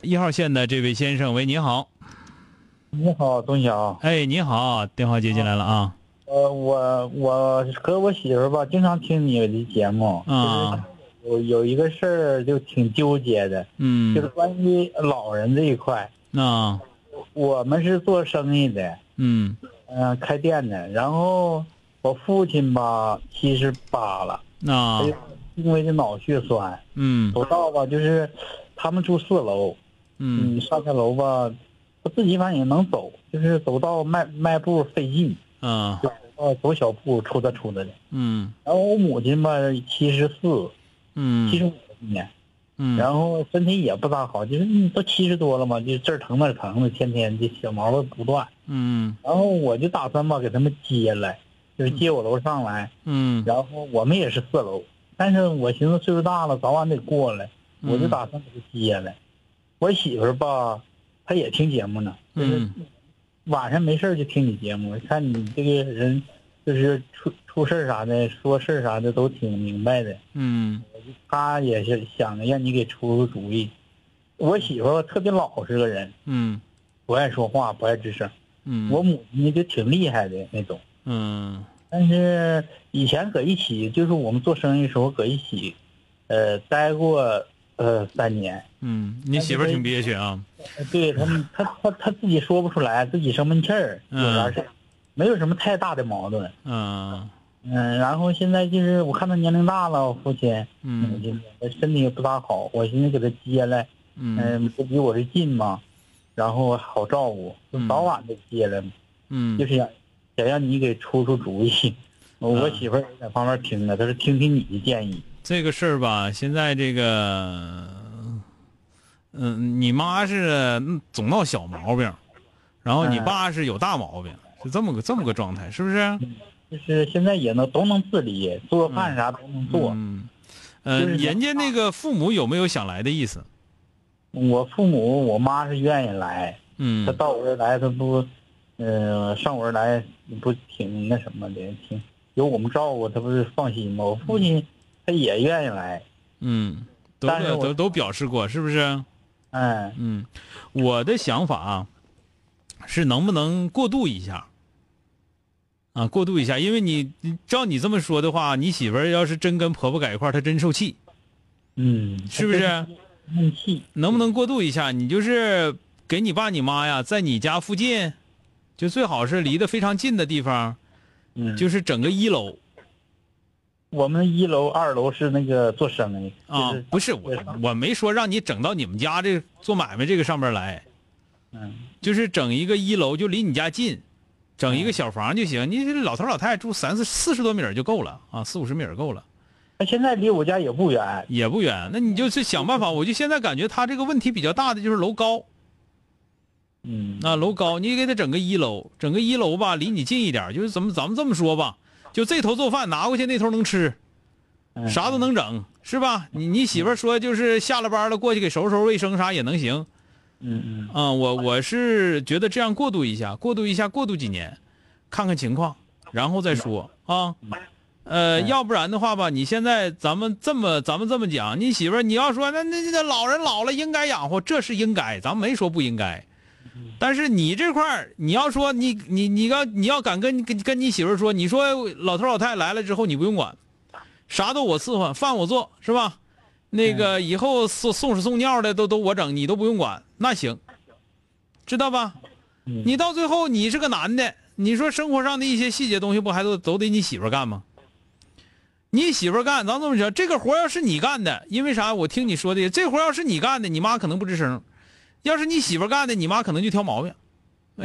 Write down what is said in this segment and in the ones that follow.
一号线的这位先生，喂，您好，你好，钟晓。哎，您好，电话接进来了啊，呃，我我和我媳妇儿吧，经常听你的节目。啊，有有一个事儿就挺纠结的，就是嗯，关于老人这一块。啊，我们是做生意的，嗯，嗯、开店的。然后我父亲吧，七十八了，哎那，因为这脑血栓，嗯，走道吧就是，他们住四楼，嗯，嗯，上下楼吧，他自己反正也能走，就是走道迈迈步费劲，啊，呃，走小步出的出的的。嗯，然后我母亲吧，七十四，嗯，七十五呢，嗯，然后身体也不咋好，就是嗯都七十多了嘛，就这儿疼那儿疼的，天天这小毛病不断。嗯，然后我就打算吧，给他们接来，就是接我楼上来。嗯，然后我们也是四楼，但是我寻思岁数大了，早晚得过来，嗯我就打算给他接来。我媳妇儿吧，她也听节目呢，就是嗯，晚上没事儿就听你节目，看你这个人就是出出事儿啥的，说事儿啥的都挺明白的。嗯，他也是想着让你给出出主意。我媳妇儿特别老实个人，嗯，不爱说话，不爱吱声。嗯，我母亲就挺厉害的那种，嗯但是以前搁一起，就是我们做生意的时候搁一起，呃，待过呃三年。嗯，你媳妇儿挺憋屈啊。呃对 他们，他他他自己说不出来，自己生闷气儿，有啥事儿，没有什么太大的矛盾。嗯嗯，然后现在就是我看他年龄大了，我父亲、母嗯亲身体也不大好，我寻思给他接来，嗯嗯，不离我这近嘛，然后好照顾，就嗯早晚得接来嘛，就嗯是想想让你给出出主意。 我媳妇儿在旁边听着，她说听听你的建议。这个事儿吧，现在这个，嗯，你妈是嗯总闹小毛病，然后你嗯爸是有大毛病，是这么个这么个状态，是不是？就是现在也能都能自理，做饭啥都能做。嗯，呃，就是人家那个父母有没有想来的意思？我父母我妈是愿意来，嗯她到我这儿来，她不，呃，上我这儿来不挺那什么的，挺有我们照顾，她不是放心吗？我父亲他也愿意来，嗯，都但是我都都表示过，是不是？嗯嗯，我的想法啊，是能不能过渡一下？啊，过渡一下，因为你你照你这么说的话，你媳妇儿要是真跟婆婆在一块儿，她真受气，嗯，是不是？闷气，能不能过渡一下？你就是给你爸你妈呀，在你家附近，就最好是离得非常近的地方，嗯，就是整个一楼我们一楼、二楼是那个做生意啊就是，不是我我没说让你整到你们家这做买卖这个上边来，嗯就是整一个一楼，就离你家近，整一个小房就行。你这老头老太太住三四四十多米儿就够了啊，四五十米儿够了，那现在离我家也不远，也不远。那你就是想办法。我就现在感觉他这个问题比较大的就是楼高，嗯，那楼高你给他整个一楼，整个一楼吧，离你近一点儿。就是怎么咱们这么说吧，就这头做饭拿过去，那头能吃，嗯啥都能整，是吧？你你媳妇儿说就是下了班了过去给收拾收拾卫生啥也能行。嗯嗯啊、我我是觉得这样过渡一下，过渡一下，过渡几年，看看情况，然后再说啊。呃，要不然的话吧，你现在咱们这么咱们这么讲，你媳妇儿你要说那那那老人老了应该养活，这是应该，咱们没说不应该。但是你这块儿，你要说你你你要你要敢跟跟跟你媳妇儿说，你说老头老太太来了之后你不用管，啥都我伺候，饭我做是嗯吧？那个以后送送屎送尿的都都我整，你都不用管，那行。知道吧？嗯你到最后你是个男的，你说生活上的一些细节东西不还都都得你媳妇儿干吗？你媳妇儿干，咱这么讲，这个活儿要是你干的，因为啥？我听你说的，这活儿要是你干的，你妈可能不吱声；要是你媳妇儿干的，你妈可能就挑毛病。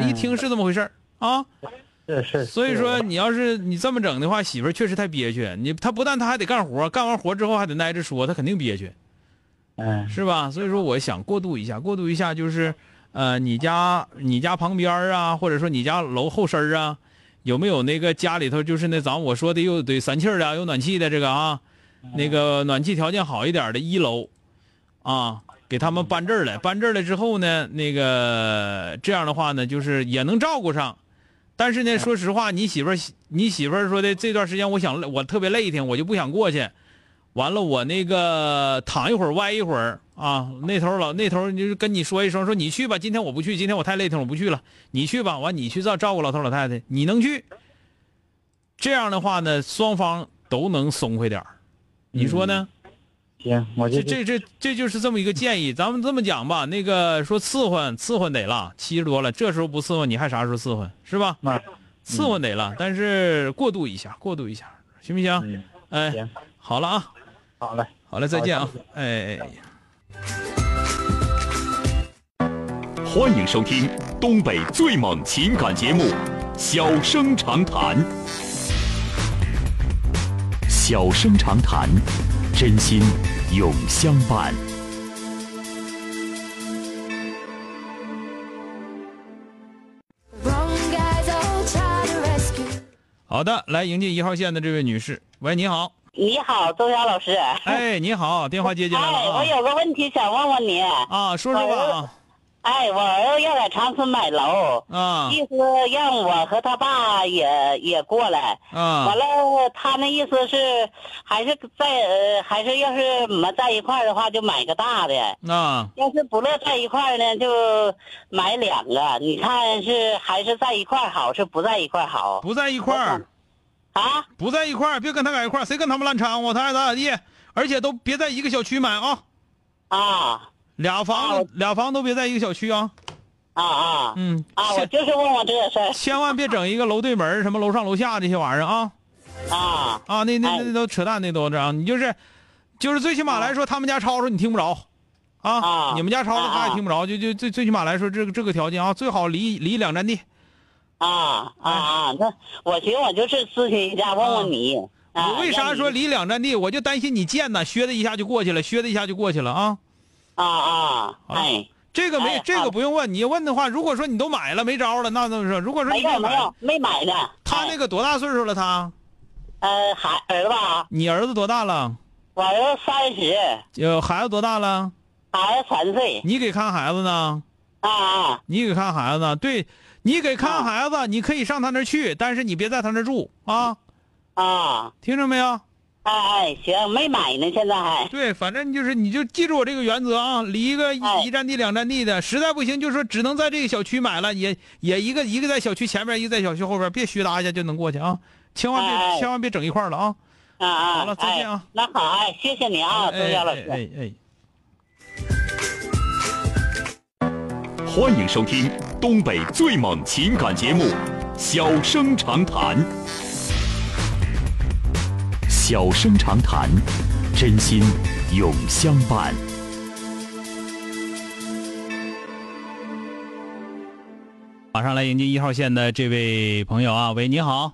一听是这么回事儿啊，这嗯是。所以说你要是你这么整的话，媳妇儿确实太憋屈。你她不但她还得干活，干完活之后还得挨着说，她肯定憋屈。嗯，是吧？所以说，我想过渡一下，过渡一下就是，呃，你家你家旁边儿啊，或者说你家楼后身儿啊，有没有那个家里头就是那咱我说的又得散气儿的啊，有暖气的这个啊，那个暖气条件好一点儿的一楼，啊，给他们搬这儿来，搬这儿来之后呢，那个这样的话呢，就是也能照顾上。但是呢，说实话，你媳妇儿，你媳妇儿说的这段时间，我想我特别累挺，我就不想过去。完了，我那个躺一会儿，歪一会儿啊，那头老那头就是跟你说一声，说你去吧，今天我不去，今天我太累挺，我不去了，你去吧。完，你去照照顾老头老太太，你能去。这样的话呢，双方都能松快点儿，嗯你说呢？行，我就这这这这就是这么一个建议，咱们这么讲吧，那个说伺候伺候得了，七十多了，这时候不伺候你还啥时候伺候是吧？那嗯伺候得了，但是过渡一下，过渡一下，行不行？嗯，哎，行，好了啊，好嘞。好了，再见啊好再，哎。哎欢迎收听东北最猛情感节目《小生长谈》。小生长谈，真心永相伴。 Wrong guys all try to rescue. 好的，来迎接一号线的这位女士。喂，你好。你好，周晓老师。哎，你好，电话接进来哎，了我啊。有个问题想问问你。啊，说说吧哎，我儿子要在长春买楼，啊意思让我和他爸也也过来。啊啊完了，他那意思是还是在呃，还是要是我们在一块儿的话，就买个大的；啊！要是不乐在一块儿呢，就买两个。你看是还是在一块儿好，是不在一块儿好不在一块儿，啊？不在一块儿，别跟他在一块儿，谁跟他们烂掺和，他爱咋咋地。而且都别在一个小区买啊，啊俩啊房我俩房都别在一个小区啊。啊啊！嗯，啊，我千就是问问这个事儿千万别整一个楼对门儿什么楼上楼下这些玩意儿啊啊。啊，那那哎那都扯淡，那都这样。你就是就是最起码来说，他们家吵吵你听不着。啊，哦啊你们家吵吵他啊也啊听不着，就就最最起码来说，这个这个条件啊，最好离离两站地，啊啊啊！那我寻思我就是咨询一下，问问你。啊我为啥说让你离两站地？我就担心你贱呐，削的一下就过去了，削的一下就过去了啊！啊啊？好了哎，这个没，哎这好个的不用问。你问的话，如果说你都买了没招了，那这么说，如果说没你有没买，有，没买呢。他那哎个多大岁数了？他，呃，孩儿子吧，你儿子多大了？我儿子三十，呃，孩子多大了？孩子三岁。你给看孩子呢？啊啊你给看孩子呢？对，你给看啊孩子，你可以上他那儿去，但是你别在他那儿住啊，啊！听着没有？哎哎，行，没买呢，现在还对，反正就是你就记住我这个原则啊，离一个一、哎一站地两站地的，实在不行就说只能在这个小区买了，也也一个一个在小区前面，一个在小区后边，别虚搭一下就能过去啊，千万别、哎哎千万别整一块儿了啊！啊啊。好了再见啊哎那好，哎，谢谢你啊，周哎晓老哎师。哎哎，欢迎收听东北最猛情感节目《小生长谈》。小生长谈，真心永相伴。马上来迎接一号线的这位朋友啊，喂，你好，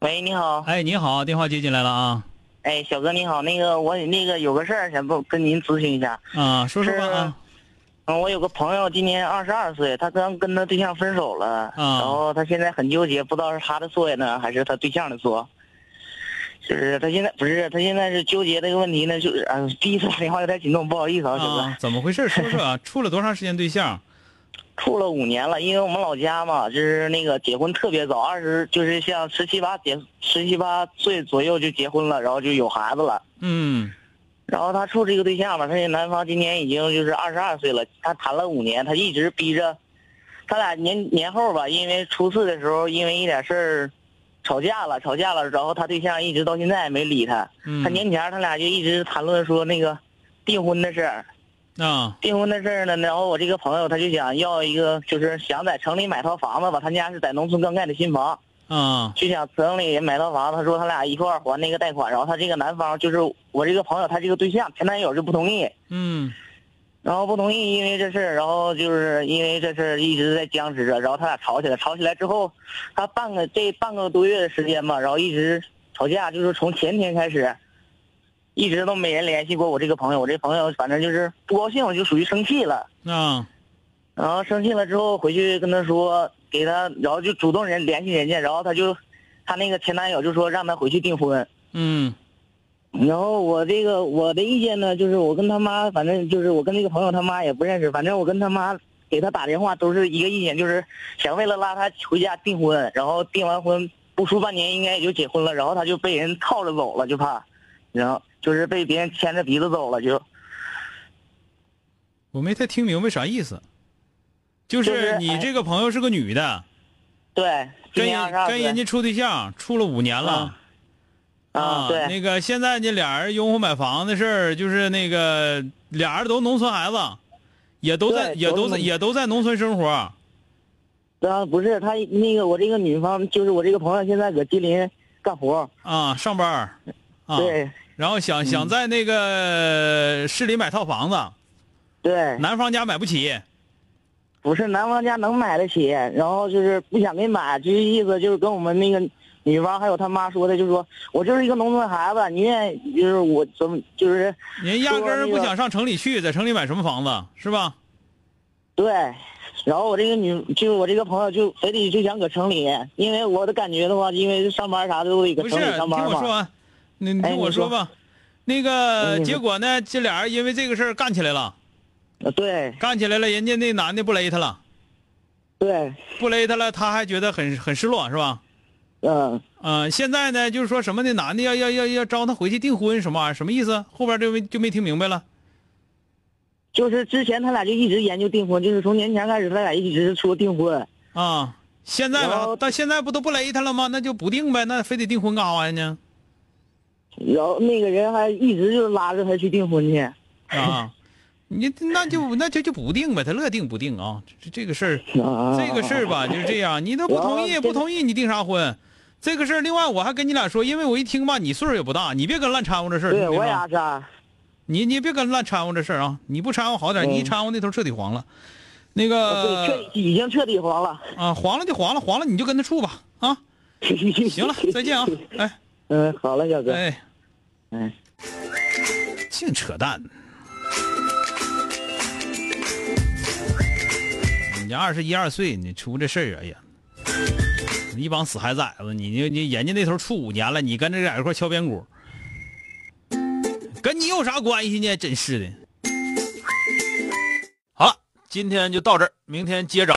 喂，你好，哎，你好，电话接进来了啊，哎，小哥你好，那个我那个有个事儿想不跟您咨询一下，啊，说说吧啊，嗯，我有个朋友今年二十二岁，他刚跟他对象分手了，啊然后他现在很纠结，不知道是他的错呢还是他对象的错，就是他现在不是他现在是纠结这个问题呢，就是啊，第一次打电话有点激动，不好意思啊，小哥，啊，怎么回事？说说啊，处了多长时间对象？处了五年了，因为我们老家嘛，就是那个结婚特别早，二十就是像十七八结十七八岁左右就结婚了，然后就有孩子了。嗯然后他处这个对象吧，他这男方今年已经就是二十二岁了，他谈了五年，他一直逼着，他俩年年后吧，因为初次的时候因为一点事儿吵架了，吵架了，然后他对象一直到现在也没理他。嗯他年前他俩就一直谈论说那个订婚的事儿，啊订婚的事儿呢，然后我这个朋友他就想要一个，就是想在城里买套房子吧，他家是在农村刚盖的新房，啊就想城里买套房子。他说他俩一块儿还那个贷款，然后他这个男方就是我这个朋友，他这个对象前男友就不同意，嗯然后不同意，因为这事儿，然后就是因为这事儿一直在僵持着，然后他俩吵起来，吵起来之后，他半个这半个多月的时间吧，然后一直吵架，就是从前天开始，一直都没人联系过我这个朋友，我这朋友反正就是不高兴，就属于生气了，啊然后生气了之后回去跟他说，给他，然后就主动人联系人家，然后他就，他那个前男友就说让他回去订婚，嗯然后我这个我的意见呢，就是我跟他妈，反正就是我跟那个朋友他妈也不认识，反正我跟他妈给他打电话都是一个意见，就是想为了拉他回家订婚，然后订完婚不出半年应该也就结婚了，然后他就被人套着走了，就怕，然后就是被别人牵着鼻子走了，就我没太听明白啥意思，就就是是你哎啊这个朋友是个女的，对，跟今年人二十二跟人岁家处对象处了五年了啊啊，对，那个现在这俩人拥护买房的事儿，就是那个俩人都农村孩子，也都在对也都都是在农也都在农村生活，啊不是他那个我这个女方就是我这个朋友现在搁吉林干活，啊，上班儿啊，对嗯然后想想在那个市里买套房子，对。男方家买不起，不是男方家能买得起，然后就是不想给买，就是意思就是跟我们那个女方还有他妈说的，就是说我就是一个农村孩子，你愿意就是我怎么就是人压根儿说那不个想上城里去，在城里买什么房子是吧？对，然后我这个女就是我这个朋友就非得就想搁城里，因为我的感觉的话，因为上班啥的都得搁不是，城你里听上班我说嘛。完，你你哎听你我说吧。那个嗯你说结果呢，这俩人因为这个事儿干起来了，啊呃对干起来了，人家那男的不勒他了，对，不勒他了，他还觉得很很失落是吧？嗯，呃，现在呢，就是说什么那男的要要要要招他回去订婚什么玩意儿，什么意思？后边就没就没听明白了。就是之前他俩就一直研究订婚，就是从年前开始他俩一直说订婚，啊，现在然吧后，到现在不都不勒他了吗？那就不定呗，那非得订婚干啥玩意儿呢？然后那个人还一直就拉着他去订婚去。 啊，你那就那就就不定呗，他乐定不定啊？这这个事儿，啊这个事儿吧，就是这样，你都不同意，我不同意，你订啥婚？这个事儿，另外我还跟你俩说，因为我一听吧，你岁数也不大，你别跟乱掺和这事儿，对，听没我着也是啊。你你别跟乱掺和这事儿啊！你不掺和好点，嗯你一掺和那头彻底黄了。那对，彻个底已经彻底黄了。啊，黄了就黄了，黄了你就跟他处吧啊！行行了，再见啊！哎嗯，好了，小哥。哎，嗯，净扯淡！你这二十一二岁，你出这事儿，哎呀，一帮死孩崽子！你你你，人家那头处五年了，你跟这俩一块儿敲边鼓，跟你有啥关系呢？真是的。好了，今天就到这儿，明天接着。